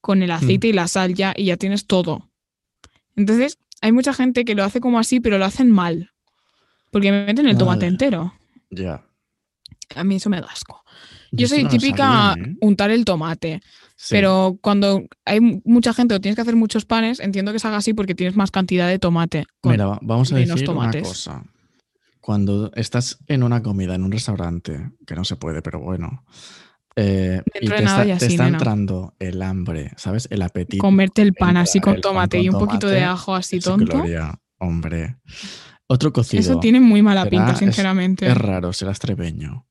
[SPEAKER 1] con el aceite
[SPEAKER 2] Mm.
[SPEAKER 1] y la sal ya, y ya tienes todo. Entonces, hay mucha gente que lo hace como así, pero lo hacen mal, porque meten el tomate
[SPEAKER 2] Vale.
[SPEAKER 1] entero.
[SPEAKER 2] Ya.
[SPEAKER 1] A mí eso me da asco.
[SPEAKER 2] Yo
[SPEAKER 1] Yo
[SPEAKER 2] esto
[SPEAKER 1] soy
[SPEAKER 2] no lo
[SPEAKER 1] típica
[SPEAKER 2] sabía, ¿eh?
[SPEAKER 1] untar el tomate.
[SPEAKER 2] Sí.
[SPEAKER 1] Pero cuando hay mu- mucha gente o tienes que hacer muchos panes, entiendo que se haga así porque tienes más cantidad de tomate. con-
[SPEAKER 2] Mira, va- vamos a
[SPEAKER 1] menos
[SPEAKER 2] decir una
[SPEAKER 1] tomates.
[SPEAKER 2] cosa. Cuando estás en una comida, en un restaurante, que no se puede, pero bueno, eh, y
[SPEAKER 1] Dentro de
[SPEAKER 2] te,
[SPEAKER 1] nada
[SPEAKER 2] está,
[SPEAKER 1] y
[SPEAKER 2] te
[SPEAKER 1] así,
[SPEAKER 2] está
[SPEAKER 1] nena.
[SPEAKER 2] entrando el hambre, ¿sabes? El apetito.
[SPEAKER 1] comerte el pan
[SPEAKER 2] Venga,
[SPEAKER 1] así con
[SPEAKER 2] el pan
[SPEAKER 1] tomate
[SPEAKER 2] con
[SPEAKER 1] y un poquito de
[SPEAKER 2] tomate
[SPEAKER 1] ajo así
[SPEAKER 2] es
[SPEAKER 1] tonto.
[SPEAKER 2] gloria, hombre. Otro cocido.
[SPEAKER 1] Eso tiene muy mala
[SPEAKER 2] Será-
[SPEAKER 1] pinta,
[SPEAKER 2] es-
[SPEAKER 1] sinceramente.
[SPEAKER 2] Es raro, será estrebeño.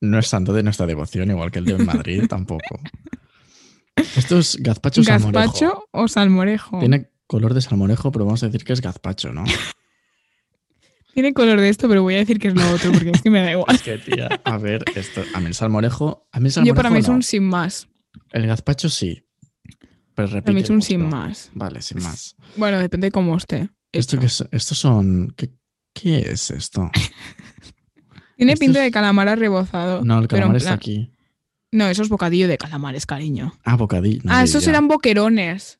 [SPEAKER 2] No es santo de nuestra devoción, igual que el de Madrid tampoco. Esto es gazpacho salmorejo.
[SPEAKER 1] ¿Gazpacho o salmorejo? Tiene...
[SPEAKER 2] Tiene color de salmorejo, pero vamos a decir que es gazpacho, ¿no?
[SPEAKER 1] color de esto, pero voy a decir que es lo otro porque es que me da igual.
[SPEAKER 2] Es que, tía, a ver, esto, a mí el salmorejo, a mí el
[SPEAKER 1] Yo
[SPEAKER 2] salmorejo
[SPEAKER 1] para mí es
[SPEAKER 2] no.
[SPEAKER 1] un sin más.
[SPEAKER 2] El gazpacho sí, pero repite
[SPEAKER 1] Para mí es
[SPEAKER 2] el
[SPEAKER 1] un
[SPEAKER 2] gusto.
[SPEAKER 1] sin más.
[SPEAKER 2] Vale, sin más.
[SPEAKER 1] Bueno, depende de cómo esté.
[SPEAKER 2] ¿Esto
[SPEAKER 1] hecho.
[SPEAKER 2] que es, estos son, ¿qué, qué es esto?
[SPEAKER 1] Tiene
[SPEAKER 2] esto
[SPEAKER 1] pinta
[SPEAKER 2] es-
[SPEAKER 1] de calamar rebozado.
[SPEAKER 2] No, el
[SPEAKER 1] pero en
[SPEAKER 2] calamar está
[SPEAKER 1] plan-
[SPEAKER 2] aquí.
[SPEAKER 1] No, eso es bocadillo de calamares, cariño.
[SPEAKER 2] Ah, bocadillo.
[SPEAKER 1] ah, esos
[SPEAKER 2] será
[SPEAKER 1] eran boquerones.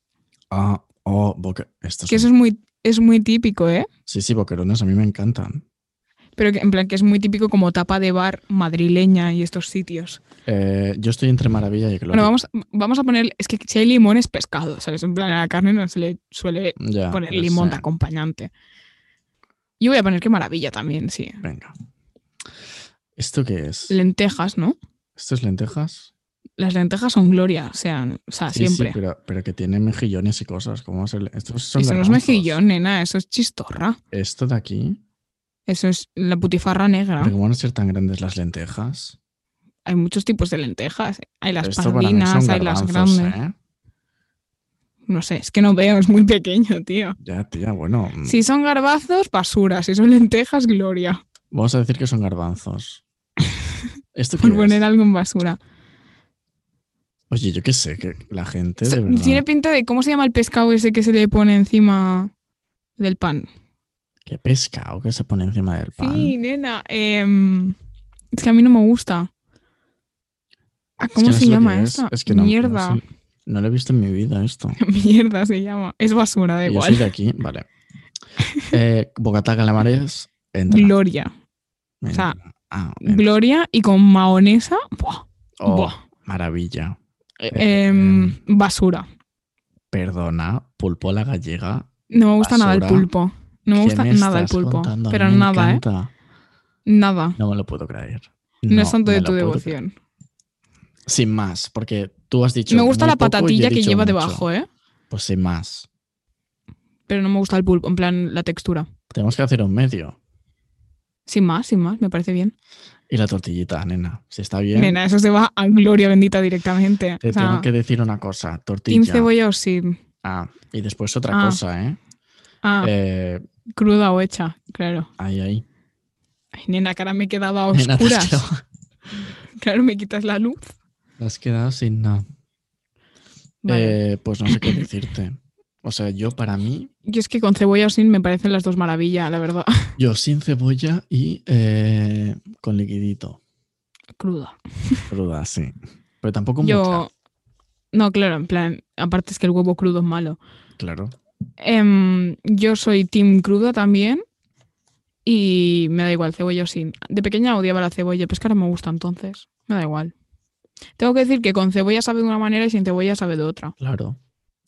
[SPEAKER 2] Ah, oh, boca... estos
[SPEAKER 1] Que eso
[SPEAKER 2] son-
[SPEAKER 1] es muy, es muy típico, ¿eh?
[SPEAKER 2] Sí, sí, boquerones a mí me encantan.
[SPEAKER 1] Pero que- en plan que es muy típico como tapa de bar madrileña y estos sitios.
[SPEAKER 2] Eh, yo estoy entre maravilla y
[SPEAKER 1] Bueno,
[SPEAKER 2] gloria.
[SPEAKER 1] vamos, vamos a poner. Es que si hay limón es pescado, ¿sabes? En plan, a la carne no se le suele
[SPEAKER 2] Ya,
[SPEAKER 1] poner
[SPEAKER 2] lo
[SPEAKER 1] limón de
[SPEAKER 2] sé.
[SPEAKER 1] acompañante. Yo voy a poner qué maravilla también, sí.
[SPEAKER 2] Venga. ¿Esto qué es?
[SPEAKER 1] Lentejas, ¿no?
[SPEAKER 2] ¿Esto es lentejas?
[SPEAKER 1] Las lentejas son gloria, o sea, o sea
[SPEAKER 2] Sí, sí,
[SPEAKER 1] siempre.
[SPEAKER 2] pero, pero que tiene mejillones y cosas. ¿Cómo va a ser? Estos son
[SPEAKER 1] Y son los
[SPEAKER 2] garbanzos.
[SPEAKER 1] mejillones, nena, eso es chistorra.
[SPEAKER 2] Esto de aquí.
[SPEAKER 1] Eso es la putifarra negra.
[SPEAKER 2] ¿Pero cómo van a ser tan grandes las lentejas?
[SPEAKER 1] Hay muchos tipos de lentejas. Hay las
[SPEAKER 2] Esto para mí son
[SPEAKER 1] pardinas, hay las
[SPEAKER 2] garbanzos,
[SPEAKER 1] grandes.
[SPEAKER 2] ¿eh?
[SPEAKER 1] No sé, es que no veo, es muy pequeño, tío.
[SPEAKER 2] Ya, tía, bueno. mm,
[SPEAKER 1] Si son garbazos, basura. Si son lentejas, gloria.
[SPEAKER 2] Vamos a decir que son garbanzos. ¿Esto qué
[SPEAKER 1] Por
[SPEAKER 2] es?
[SPEAKER 1] poner algo en basura.
[SPEAKER 2] Oye, yo qué sé, que la gente
[SPEAKER 1] So-
[SPEAKER 2] de verdad...
[SPEAKER 1] Tiene pinta de. ¿Cómo se llama el pescado ese que se le pone encima del pan?
[SPEAKER 2] ¿Qué pescado que se pone encima del pan?
[SPEAKER 1] Sí, nena. em, es que a mí no me gusta. Ah,
[SPEAKER 2] Es que
[SPEAKER 1] ¿Cómo
[SPEAKER 2] no sé
[SPEAKER 1] se
[SPEAKER 2] lo que
[SPEAKER 1] llama
[SPEAKER 2] es.
[SPEAKER 1] esto?
[SPEAKER 2] Es que no, no
[SPEAKER 1] Mierda.
[SPEAKER 2] sé- no lo he visto en mi vida esto.
[SPEAKER 1] Mierda se llama. Es basura, da
[SPEAKER 2] Y Yo
[SPEAKER 1] igual.
[SPEAKER 2] soy de aquí, vale. Eh, bocata calamares, entra.
[SPEAKER 1] Gloria.
[SPEAKER 2] entra.
[SPEAKER 1] o sea,
[SPEAKER 2] Ah, entra.
[SPEAKER 1] Gloria y con mahonesa. buah,
[SPEAKER 2] Oh,
[SPEAKER 1] buah.
[SPEAKER 2] maravilla.
[SPEAKER 1] Em,
[SPEAKER 2] Eh,
[SPEAKER 1] basura.
[SPEAKER 2] perdona, pulpo a la gallega.
[SPEAKER 1] No me gusta nada el
[SPEAKER 2] basura.
[SPEAKER 1] pulpo. No me
[SPEAKER 2] ¿Qué
[SPEAKER 1] gusta nada el
[SPEAKER 2] estás
[SPEAKER 1] pulpo.
[SPEAKER 2] contando? A mí
[SPEAKER 1] Pero
[SPEAKER 2] me
[SPEAKER 1] nada, ¿eh?
[SPEAKER 2] encanta.
[SPEAKER 1] Nada.
[SPEAKER 2] No me lo puedo creer.
[SPEAKER 1] No, es tanto
[SPEAKER 2] me
[SPEAKER 1] de
[SPEAKER 2] lo
[SPEAKER 1] tu
[SPEAKER 2] puedo
[SPEAKER 1] devoción.
[SPEAKER 2] creer. Sin más, porque tú has dicho.
[SPEAKER 1] me gusta
[SPEAKER 2] muy
[SPEAKER 1] la
[SPEAKER 2] poco y yo he
[SPEAKER 1] patatilla que
[SPEAKER 2] dicho
[SPEAKER 1] lleva
[SPEAKER 2] mucho.
[SPEAKER 1] debajo, ¿eh?
[SPEAKER 2] Pues sin más.
[SPEAKER 1] Pero no me gusta el pulpo, en plan la textura.
[SPEAKER 2] Tenemos que hacer un medio.
[SPEAKER 1] Sin más, sin más, me parece bien.
[SPEAKER 2] Y la tortillita, nena. Si está bien.
[SPEAKER 1] Nena, eso se va a gloria bendita directamente.
[SPEAKER 2] te
[SPEAKER 1] o sea,
[SPEAKER 2] tengo que decir una cosa. Tortilla.
[SPEAKER 1] Team Cebolla o sin.
[SPEAKER 2] Ah, y después otra
[SPEAKER 1] Ah.
[SPEAKER 2] cosa, ¿eh?
[SPEAKER 1] Ah,
[SPEAKER 2] Eh,
[SPEAKER 1] cruda o hecha, claro.
[SPEAKER 2] ahí, ahí.
[SPEAKER 1] Ay, nena, cara me quedaba a
[SPEAKER 2] Nena, te has
[SPEAKER 1] oscuras.
[SPEAKER 2] quedado-
[SPEAKER 1] claro, me quitas la luz.
[SPEAKER 2] Te has quedado sin nada.
[SPEAKER 1] Vale.
[SPEAKER 2] Eh, pues no sé qué decirte. O sea, yo para mí,
[SPEAKER 1] Yo es que con cebolla o sin me parecen las dos maravillas, la verdad.
[SPEAKER 2] yo sin cebolla y eh, con liquidito.
[SPEAKER 1] Cruda.
[SPEAKER 2] Cruda, sí. Pero tampoco
[SPEAKER 1] Yo. No, claro, en plan. Aparte es que el huevo crudo es malo.
[SPEAKER 2] mucha, claro.
[SPEAKER 1] Em, yo soy team cruda también y me da igual cebolla o sin. De pequeña odiaba la cebolla, pero es que ahora me gusta entonces. Me da igual. Tengo que decir que con cebolla sabe de una manera y sin cebolla sabe de otra.
[SPEAKER 2] Claro.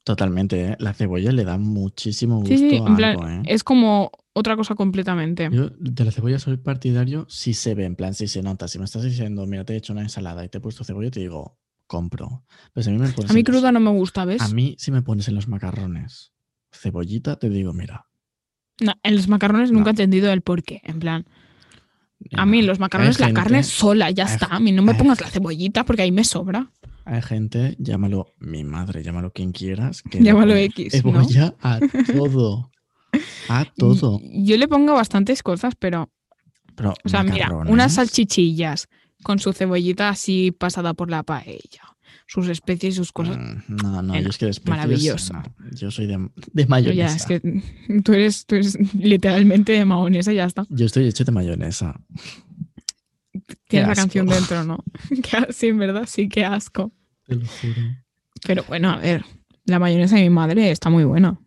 [SPEAKER 2] Totalmente, ¿eh? La cebolla le da muchísimo gusto
[SPEAKER 1] Sí, sí,
[SPEAKER 2] a
[SPEAKER 1] en plan, eh,
[SPEAKER 2] algo, ¿eh?
[SPEAKER 1] es como otra cosa completamente.
[SPEAKER 2] Yo de la cebolla soy partidario si se ve, en plan, si se nota. Si me estás diciendo, mira, te he hecho una ensalada y te he puesto cebolla, te digo, compro. Pero si a mí me pones
[SPEAKER 1] A mí
[SPEAKER 2] en los-
[SPEAKER 1] cruda no me gusta, ¿ves?
[SPEAKER 2] A mí, si me pones en los macarrones cebollita, te digo, mira.
[SPEAKER 1] No, en los macarrones
[SPEAKER 2] No.
[SPEAKER 1] nunca he entendido el porqué. En plan, a mí en los macarrones la
[SPEAKER 2] gente-
[SPEAKER 1] carne sola, ya
[SPEAKER 2] hay
[SPEAKER 1] está.
[SPEAKER 2] gen-
[SPEAKER 1] A mí no me
[SPEAKER 2] hay
[SPEAKER 1] pongas
[SPEAKER 2] gen-
[SPEAKER 1] la cebollita porque ahí me sobra.
[SPEAKER 2] Hay gente, llámalo mi madre, llámalo quien quieras. Que
[SPEAKER 1] Llámalo
[SPEAKER 2] le
[SPEAKER 1] X,
[SPEAKER 2] pone
[SPEAKER 1] ¿no?
[SPEAKER 2] Cebolla a todo. A todo.
[SPEAKER 1] Y- Yo le pongo bastantes cosas, pero
[SPEAKER 2] Pero
[SPEAKER 1] O sea, mira, unas
[SPEAKER 2] macarrones,
[SPEAKER 1] salchichillas con su cebollita así pasada por la paella, sus especies y sus cosas.
[SPEAKER 2] mm, No, no,
[SPEAKER 1] Venga,
[SPEAKER 2] yo es que después.
[SPEAKER 1] maravilloso.
[SPEAKER 2] yo soy de, de
[SPEAKER 1] Yo
[SPEAKER 2] mayonesa.
[SPEAKER 1] ya, es que tú eres, tú eres literalmente de mahonesa y ya está.
[SPEAKER 2] Yo estoy hecho de mayonesa.
[SPEAKER 1] Tienes la
[SPEAKER 2] asco.
[SPEAKER 1] canción dentro, ¿no? Qué as- sí, en verdad, sí, qué asco.
[SPEAKER 2] Te lo juro.
[SPEAKER 1] Pero bueno, a ver, la mayonesa de mi madre está muy buena.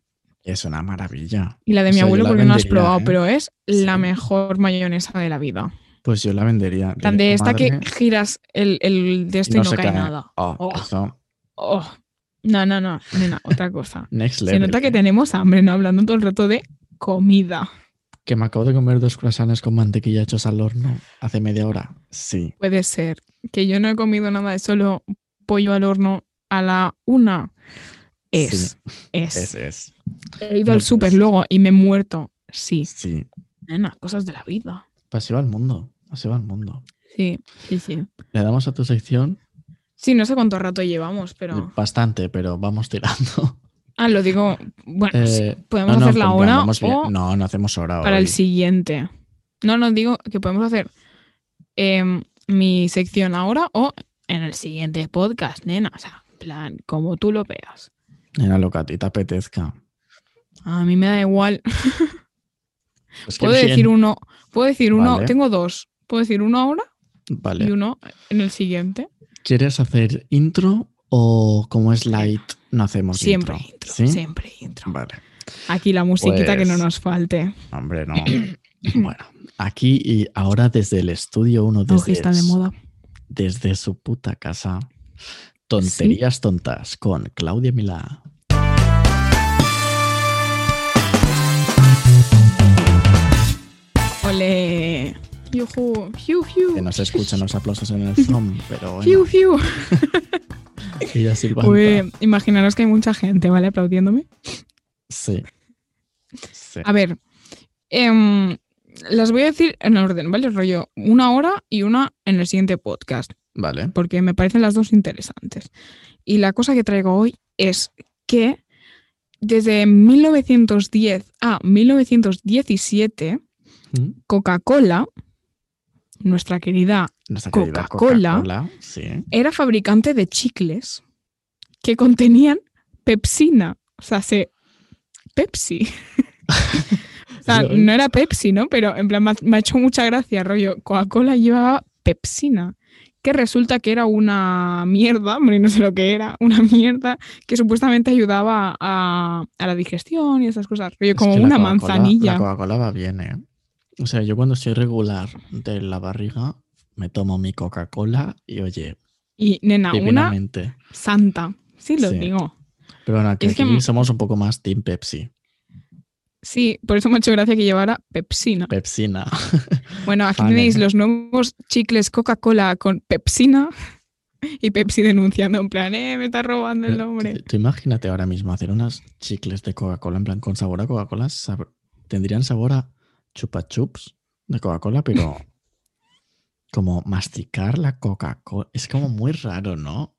[SPEAKER 2] Es una maravilla.
[SPEAKER 1] Y la de
[SPEAKER 2] O
[SPEAKER 1] mi
[SPEAKER 2] sea, yo
[SPEAKER 1] abuelo
[SPEAKER 2] la
[SPEAKER 1] porque no la has
[SPEAKER 2] vendería,
[SPEAKER 1] probado,
[SPEAKER 2] ¿eh?
[SPEAKER 1] pero es la
[SPEAKER 2] Sí.
[SPEAKER 1] mejor mayonesa de la vida.
[SPEAKER 2] Pues yo la vendería.
[SPEAKER 1] Tan de
[SPEAKER 2] Diría,
[SPEAKER 1] esta que
[SPEAKER 2] "Madre,
[SPEAKER 1] giras el, el de esto y no,
[SPEAKER 2] se
[SPEAKER 1] cae, nada.
[SPEAKER 2] Ah,
[SPEAKER 1] Oh.
[SPEAKER 2] eso,
[SPEAKER 1] Oh, no, no, no, nena, otra cosa.
[SPEAKER 2] Next
[SPEAKER 1] Se
[SPEAKER 2] level.
[SPEAKER 1] nota que tenemos hambre, ¿no? Hablando todo el rato de comida.
[SPEAKER 2] Que me acabo de comer dos croissants con mantequilla hechos al horno hace media hora. Sí.
[SPEAKER 1] Puede ser que yo no he comido nada de solo pollo al horno a la una. Es, es.
[SPEAKER 2] Ese es. Mm.
[SPEAKER 1] He ido
[SPEAKER 2] No
[SPEAKER 1] al súper
[SPEAKER 2] puedes.
[SPEAKER 1] luego y me he muerto. Sí,
[SPEAKER 2] Sí.
[SPEAKER 1] nena, cosas de la vida.
[SPEAKER 2] Pasiva Pues al mundo. Pasiva al mundo.
[SPEAKER 1] Sí, sí, sí.
[SPEAKER 2] Le damos a tu sección
[SPEAKER 1] Sí, no sé cuánto rato llevamos, pero.
[SPEAKER 2] bastante, pero vamos tirando.
[SPEAKER 1] Ah, lo digo. Bueno, sí,
[SPEAKER 2] Eh,
[SPEAKER 1] podemos
[SPEAKER 2] no, no,
[SPEAKER 1] hacerla
[SPEAKER 2] en plan,
[SPEAKER 1] ahora
[SPEAKER 2] vamos bien.
[SPEAKER 1] o
[SPEAKER 2] No, no hacemos hora
[SPEAKER 1] para
[SPEAKER 2] hoy.
[SPEAKER 1] el siguiente. No, no digo que podemos hacer em, mi sección ahora o en el siguiente podcast, nena. O sea, en plan, como tú lo veas.
[SPEAKER 2] Era lo que a ti te apetezca.
[SPEAKER 1] A mí me da igual.
[SPEAKER 2] Pues que
[SPEAKER 1] Puedo
[SPEAKER 2] bien.
[SPEAKER 1] decir uno. Puedo decir uno.
[SPEAKER 2] Vale.
[SPEAKER 1] Tengo dos. Puedo decir uno ahora y
[SPEAKER 2] Vale.
[SPEAKER 1] uno en el siguiente.
[SPEAKER 2] ¿Quieres hacer intro o como es light no hacemos
[SPEAKER 1] Siempre
[SPEAKER 2] intro?
[SPEAKER 1] intro.
[SPEAKER 2] ¿Sí?
[SPEAKER 1] Siempre intro.
[SPEAKER 2] Vale.
[SPEAKER 1] Aquí la musiquita que no
[SPEAKER 2] Pues-
[SPEAKER 1] nos falte.
[SPEAKER 2] Hombre, no. bueno, aquí y ahora desde el estudio uno
[SPEAKER 1] Aunque
[SPEAKER 2] desde,
[SPEAKER 1] está de moda.
[SPEAKER 2] desde su puta casa. Tonterías tontas con Claudia Milá.
[SPEAKER 1] Ole. Yujú. Hiu, hiu.
[SPEAKER 2] Que no se escuchan los aplausos en el Zoom, pero
[SPEAKER 1] Hiu,
[SPEAKER 2] bueno,
[SPEAKER 1] hiu.
[SPEAKER 2] ella silbanta.
[SPEAKER 1] Uy, Pues, imaginaros que hay mucha gente, ¿vale? Aplaudiéndome.
[SPEAKER 2] Sí. Sí.
[SPEAKER 1] A ver. em, las voy a decir en orden, ¿vale? Rollo, una hora y una en el siguiente podcast.
[SPEAKER 2] Vale.
[SPEAKER 1] porque me parecen las dos interesantes. Y la cosa que traigo hoy es que desde 1910 a 1917,
[SPEAKER 2] Mm.
[SPEAKER 1] Coca-Cola, nuestra querida,
[SPEAKER 2] Nuestra querida
[SPEAKER 1] Coca-Cola.
[SPEAKER 2] Coca-Cola, Sí.
[SPEAKER 1] era fabricante de chicles que contenían pepsina, o sea, se... Pepsi. o sea,
[SPEAKER 2] Lol.
[SPEAKER 1] no era Pepsi, ¿no? Pero en plan me ha, me ha hecho mucha gracia, rollo. Coca-Cola llevaba pepsina, que resulta que era una mierda, hombre, no sé lo que era, una mierda que supuestamente ayudaba a, a la digestión y esas cosas, rollo,
[SPEAKER 2] Es
[SPEAKER 1] como
[SPEAKER 2] que la
[SPEAKER 1] una
[SPEAKER 2] Coca-Cola-
[SPEAKER 1] manzanilla.
[SPEAKER 2] La Coca-Cola va bien, ¿eh? O sea, yo cuando estoy regular de la barriga, me tomo mi Coca-Cola y oye,
[SPEAKER 1] y nena, Ah, una
[SPEAKER 2] divinamente.
[SPEAKER 1] santa. Sí, lo
[SPEAKER 2] Sí.
[SPEAKER 1] digo.
[SPEAKER 2] Pero bueno, que
[SPEAKER 1] Es que
[SPEAKER 2] aquí
[SPEAKER 1] m-
[SPEAKER 2] somos un poco más Team Pepsi.
[SPEAKER 1] Sí, por eso me ha hecho gracia que llevara pepsina.
[SPEAKER 2] Pepsina.
[SPEAKER 1] Bueno, aquí
[SPEAKER 2] Fan,
[SPEAKER 1] tenéis
[SPEAKER 2] ¿eh?
[SPEAKER 1] los nuevos chicles Coca-Cola con Pepsina y Pepsi denunciando en plan, eh, me está robando el nombre.
[SPEAKER 2] Tú, tú imagínate ahora mismo hacer unas chicles de Coca-Cola, en plan, con sabor a Coca-Cola, sab- tendrían sabor a chupa chups de Coca-Cola, pero como masticar la Coca-Cola. Es como muy raro, ¿no?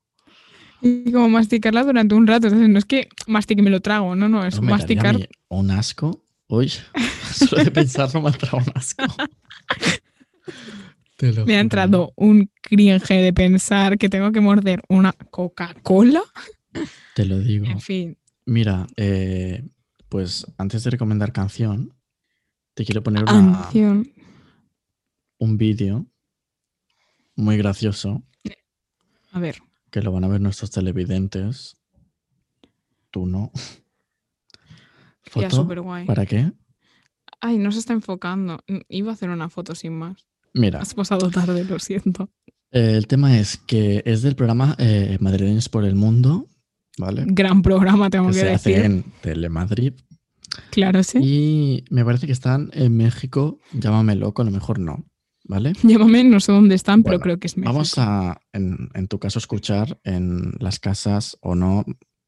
[SPEAKER 1] Y como masticarla durante un rato. entonces, no es que mastique y me lo trago, no, no, es
[SPEAKER 2] No, me daría
[SPEAKER 1] masticar.
[SPEAKER 2] a mí Un asco. Uy, solo de pensarlo me ha entrado un asco. Te lo
[SPEAKER 1] Me ha
[SPEAKER 2] juro.
[SPEAKER 1] entrado un cringe de pensar que tengo que morder una Coca-Cola.
[SPEAKER 2] Te lo digo.
[SPEAKER 1] En fin,
[SPEAKER 2] Mira, eh, pues antes de recomendar canción, te quiero poner una,
[SPEAKER 1] anción.
[SPEAKER 2] un vídeo muy gracioso
[SPEAKER 1] A ver,
[SPEAKER 2] que lo van a ver nuestros televidentes. Tú no.
[SPEAKER 1] ya
[SPEAKER 2] ¿Foto?
[SPEAKER 1] súper guay.
[SPEAKER 2] ¿Para qué?
[SPEAKER 1] Ay, no se está enfocando. Mm, Iba a hacer una foto sin más.
[SPEAKER 2] Mira,
[SPEAKER 1] Has pasado tarde, lo siento.
[SPEAKER 2] eh, el tema es que es del programa eh, Madrileños por el Mundo, ¿vale?
[SPEAKER 1] Gran programa, tengo
[SPEAKER 2] Que
[SPEAKER 1] que
[SPEAKER 2] se hace
[SPEAKER 1] decir.
[SPEAKER 2] en Telemadrid.
[SPEAKER 1] Claro, sí.
[SPEAKER 2] Y me parece que están en México, llámame loco, a lo mejor no, ¿vale?
[SPEAKER 1] Llámame, no sé dónde están, pero
[SPEAKER 2] Bueno,
[SPEAKER 1] creo que es México.
[SPEAKER 2] Vamos a, en, en tu caso, escuchar en las casas o no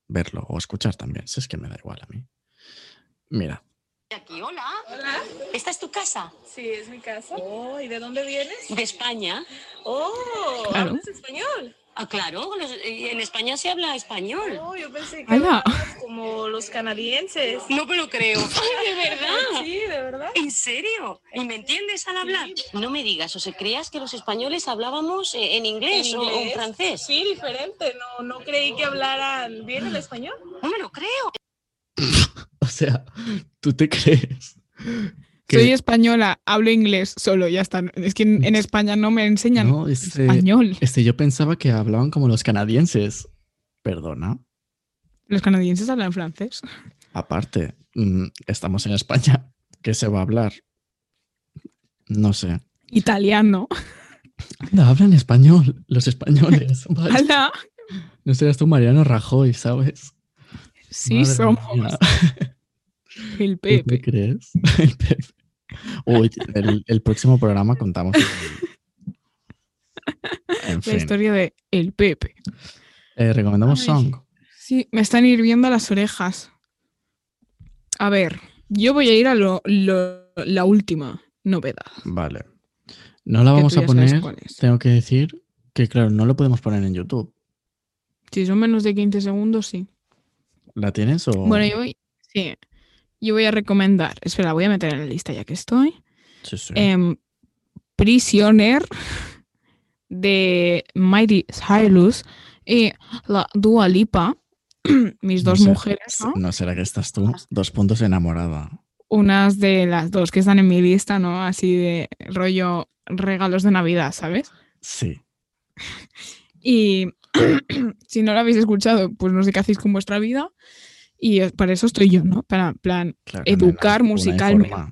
[SPEAKER 2] verlo, o escuchar también, si es que me da igual a mí. Mira,
[SPEAKER 4] Aquí, hola. ¿Esta es tu casa?
[SPEAKER 5] Sí, es mi casa. Oh, ¿y de dónde vienes?
[SPEAKER 4] ¿De España?
[SPEAKER 5] Oh,
[SPEAKER 1] Claro.
[SPEAKER 5] ¿hablas español?
[SPEAKER 4] Ah, claro, los- eh, en España se habla español.
[SPEAKER 5] Oh, yo pensé que
[SPEAKER 1] Hola.
[SPEAKER 5] hablabas como los canadienses.
[SPEAKER 4] No, pero creo. Ay, ¿De verdad?
[SPEAKER 5] Sí, de verdad.
[SPEAKER 4] ¿En serio? ¿Y me entiendes al hablar? No me digas, o sea, creías que los españoles hablábamos eh, en inglés,
[SPEAKER 5] ¿En
[SPEAKER 4] o- o en
[SPEAKER 5] inglés?
[SPEAKER 4] francés.
[SPEAKER 5] Sí, diferente. No, no creí que hablaran bien el español.
[SPEAKER 4] No me lo creo.
[SPEAKER 2] o sea, ¿tú te crees? que- Mm.
[SPEAKER 1] Soy española, hablo inglés solo, ya está. Es que en, en España no me enseñan
[SPEAKER 2] no, este,
[SPEAKER 1] español.
[SPEAKER 2] este, yo pensaba que hablaban como los canadienses. Perdona,
[SPEAKER 1] Los canadienses hablan francés.
[SPEAKER 2] aparte, mm, estamos en España, ¿qué se va a hablar? No sé,
[SPEAKER 1] italiano.
[SPEAKER 2] Anda, hablan español, los españoles. Vaya.
[SPEAKER 1] Ala,
[SPEAKER 2] No seas tú Mariano Rajoy, ¿sabes?
[SPEAKER 1] Sí,
[SPEAKER 2] Madre
[SPEAKER 1] somos
[SPEAKER 2] mía,
[SPEAKER 1] el
[SPEAKER 2] ¿tú te
[SPEAKER 1] Pepe.
[SPEAKER 2] crees? El Pepe. Uy, el, el próximo programa contamos. En
[SPEAKER 1] La
[SPEAKER 2] fin,
[SPEAKER 1] historia de el Pepe.
[SPEAKER 2] eh, recomendamos
[SPEAKER 1] Ay.
[SPEAKER 2] Song.
[SPEAKER 1] Sí, me están hirviendo las orejas. A ver, yo voy a ir a lo, lo- la última novedad.
[SPEAKER 2] Vale. No la
[SPEAKER 1] Que
[SPEAKER 2] vamos
[SPEAKER 1] tú
[SPEAKER 2] a
[SPEAKER 1] ya sabes
[SPEAKER 2] poner,
[SPEAKER 1] cuál es.
[SPEAKER 2] tengo que decir que, claro, no lo podemos poner en YouTube.
[SPEAKER 1] Si son menos de 15 segundos, sí.
[SPEAKER 2] ¿La tienes o...?
[SPEAKER 1] Bueno, yo voy, sí, yo voy a recomendar. Espera, voy a meter en la lista ya que estoy.
[SPEAKER 2] Sí, sí.
[SPEAKER 1] em, Prisioner de Mighty Cyrus y la Dua Lipa, mis
[SPEAKER 2] No
[SPEAKER 1] dos
[SPEAKER 2] sé,
[SPEAKER 1] mujeres, ¿no?
[SPEAKER 2] No será que estás tú dos puntos enamorada.
[SPEAKER 1] unas de las dos que están en mi lista, ¿no? Así de rollo regalos de Navidad, ¿sabes?
[SPEAKER 2] Sí.
[SPEAKER 1] Y si no lo habéis escuchado, pues no sé qué hacéis con vuestra vida. Y eh, para eso estoy yo, ¿no? Para, en plan,
[SPEAKER 2] Claro,
[SPEAKER 1] Educar
[SPEAKER 2] nena, una
[SPEAKER 1] musicalmente.
[SPEAKER 2] forma.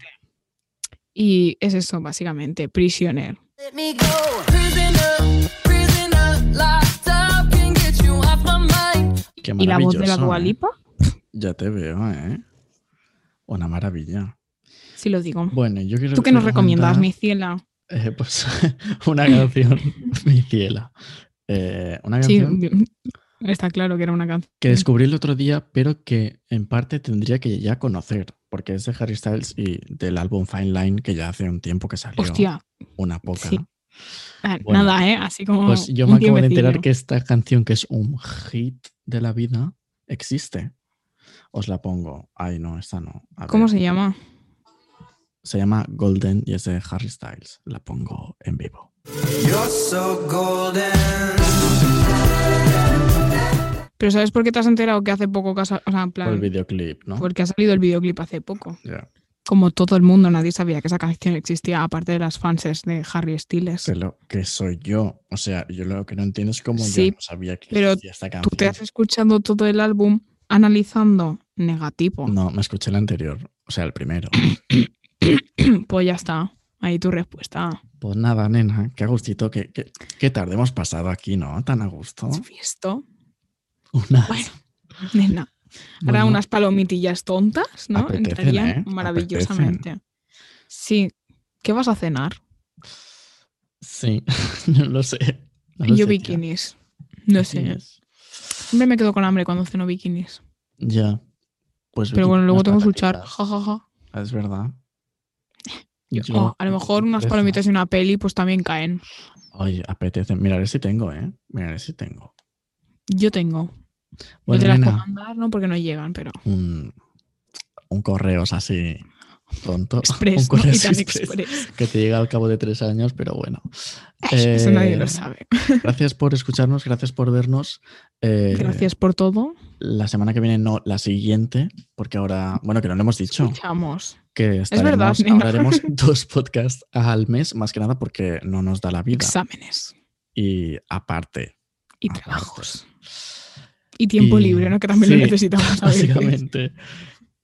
[SPEAKER 1] y es eso, básicamente, prisioner.
[SPEAKER 6] Let me go. Prisoner, prisoner, locked up, can't get you off my mind.
[SPEAKER 2] Qué
[SPEAKER 1] Y la voz de la
[SPEAKER 2] maravilloso,
[SPEAKER 1] Dua
[SPEAKER 2] ¿eh?
[SPEAKER 1] Lipa,
[SPEAKER 2] Ya te veo, ¿eh? Una maravilla.
[SPEAKER 1] si lo digo.
[SPEAKER 2] Bueno, yo quiero.
[SPEAKER 1] ¿Tú qué nos recomiendas,
[SPEAKER 2] recomendar,
[SPEAKER 1] mi ciela?
[SPEAKER 2] eh, pues una canción, mi ciela. Eh, una
[SPEAKER 1] Sí,
[SPEAKER 2] canción
[SPEAKER 1] yo- está claro que era una canción.
[SPEAKER 2] que descubrí el otro día, pero que en parte tendría que ya conocer, porque es de Harry Styles y del álbum Fine Line, que ya hace un tiempo que salió.
[SPEAKER 1] Hostia,
[SPEAKER 2] Una poca.
[SPEAKER 1] sí.
[SPEAKER 2] ¿no?
[SPEAKER 1] ah,
[SPEAKER 2] Bueno,
[SPEAKER 1] nada, ¿eh? Así como.
[SPEAKER 2] Pues yo
[SPEAKER 1] un
[SPEAKER 2] me acabo de
[SPEAKER 1] tiempecillo.
[SPEAKER 2] enterar que esta canción, que es un hit de la vida, existe. Os la pongo. Ay, no, esta no. A
[SPEAKER 1] ¿Cómo
[SPEAKER 2] ver.
[SPEAKER 1] se llama?
[SPEAKER 2] Se llama Golden y es de Harry Styles. La pongo en vivo.
[SPEAKER 7] You're so golden.
[SPEAKER 1] Pero ¿sabes por qué te has enterado que hace poco que ha sa- o sea, en
[SPEAKER 2] Por el
[SPEAKER 1] plan,
[SPEAKER 2] videoclip, ¿no?
[SPEAKER 1] Porque ha salido el videoclip hace poco.
[SPEAKER 2] Ya,
[SPEAKER 1] Como todo el mundo, nadie sabía que esa canción existía, aparte de las fanses de Harry Styles.
[SPEAKER 2] sé lo que soy yo. O sea, yo lo que no entiendo es cómo
[SPEAKER 1] Sí,
[SPEAKER 2] yo no sabía que
[SPEAKER 1] pero
[SPEAKER 2] existía esta
[SPEAKER 1] Tú
[SPEAKER 2] canción.
[SPEAKER 1] te has escuchando todo el álbum analizando negativo.
[SPEAKER 2] No, me escuché el anterior. O sea, el primero. Mm.
[SPEAKER 1] Pues ya está. Ahí tu respuesta.
[SPEAKER 2] Pues nada, nena, qué gustito, qué, qué, qué tarde hemos pasado aquí, ¿no? Tan a gusto.
[SPEAKER 1] ¿Has visto?
[SPEAKER 2] Unas-
[SPEAKER 1] Bueno, nena. Ahora
[SPEAKER 2] Bueno,
[SPEAKER 1] unas palomitillas tontas, ¿no?
[SPEAKER 2] Apetecen,
[SPEAKER 1] Entrarían
[SPEAKER 2] ¿eh?
[SPEAKER 1] maravillosamente. Sí. ¿Qué vas a cenar?
[SPEAKER 2] Sí, no lo sé. no lo
[SPEAKER 1] Yo
[SPEAKER 2] sé, tía.
[SPEAKER 1] bikinis. No sé.
[SPEAKER 2] Bikinis.
[SPEAKER 1] Siempre me quedo con hambre cuando ceno bikinis.
[SPEAKER 2] Ya. Pues
[SPEAKER 1] Pero bueno,
[SPEAKER 2] bikinis,
[SPEAKER 1] luego
[SPEAKER 2] unas
[SPEAKER 1] tengo que luchar.
[SPEAKER 2] patatitas.
[SPEAKER 1] Ja, ja, ja.
[SPEAKER 2] Ah, Es verdad. Yo-
[SPEAKER 1] O a lo mejor unas
[SPEAKER 2] apetece.
[SPEAKER 1] palomitas y una peli pues también caen.
[SPEAKER 2] Oye, apetece. Miraré si tengo, ¿eh? Miraré si tengo.
[SPEAKER 1] Yo tengo. no
[SPEAKER 2] Bueno,
[SPEAKER 1] te las puedo
[SPEAKER 2] nena,
[SPEAKER 1] mandar, ¿no? Porque no llegan, pero.
[SPEAKER 2] un, un correos así tonto. un
[SPEAKER 1] Express, ¿no?
[SPEAKER 2] correo
[SPEAKER 1] Y tan
[SPEAKER 2] express
[SPEAKER 1] express.
[SPEAKER 2] que te llega al cabo de tres años, pero bueno.
[SPEAKER 1] Ay, eso nadie
[SPEAKER 2] Eh,
[SPEAKER 1] lo sabe.
[SPEAKER 2] Gracias por escucharnos, gracias por vernos. Eh,
[SPEAKER 1] Gracias por todo.
[SPEAKER 2] La semana que viene, no, la siguiente, porque ahora, bueno, que no lo hemos dicho.
[SPEAKER 1] Escuchamos.
[SPEAKER 2] que
[SPEAKER 1] verdad,
[SPEAKER 2] estaremos,
[SPEAKER 1] nena.
[SPEAKER 2] ahora haremos dos podcasts al mes, más que nada porque no nos da la vida.
[SPEAKER 1] Exámenes
[SPEAKER 2] Y aparte.
[SPEAKER 1] y
[SPEAKER 2] aparte.
[SPEAKER 1] trabajos. Y tiempo
[SPEAKER 2] Y-
[SPEAKER 1] libre, ¿no? Que también
[SPEAKER 2] sí,
[SPEAKER 1] lo necesitamos a veces.
[SPEAKER 2] Básicamente.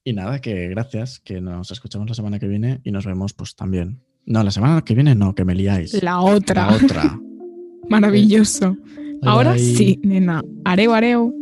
[SPEAKER 2] Y nada, que gracias, que nos escuchamos la semana que viene y nos vemos pues también. No, la semana que viene no, que me liáis.
[SPEAKER 1] La
[SPEAKER 2] La
[SPEAKER 1] otra.
[SPEAKER 2] otra.
[SPEAKER 1] Maravilloso.
[SPEAKER 2] Bye,
[SPEAKER 1] Ahora
[SPEAKER 2] bye.
[SPEAKER 1] sí, nena. Areo, areo.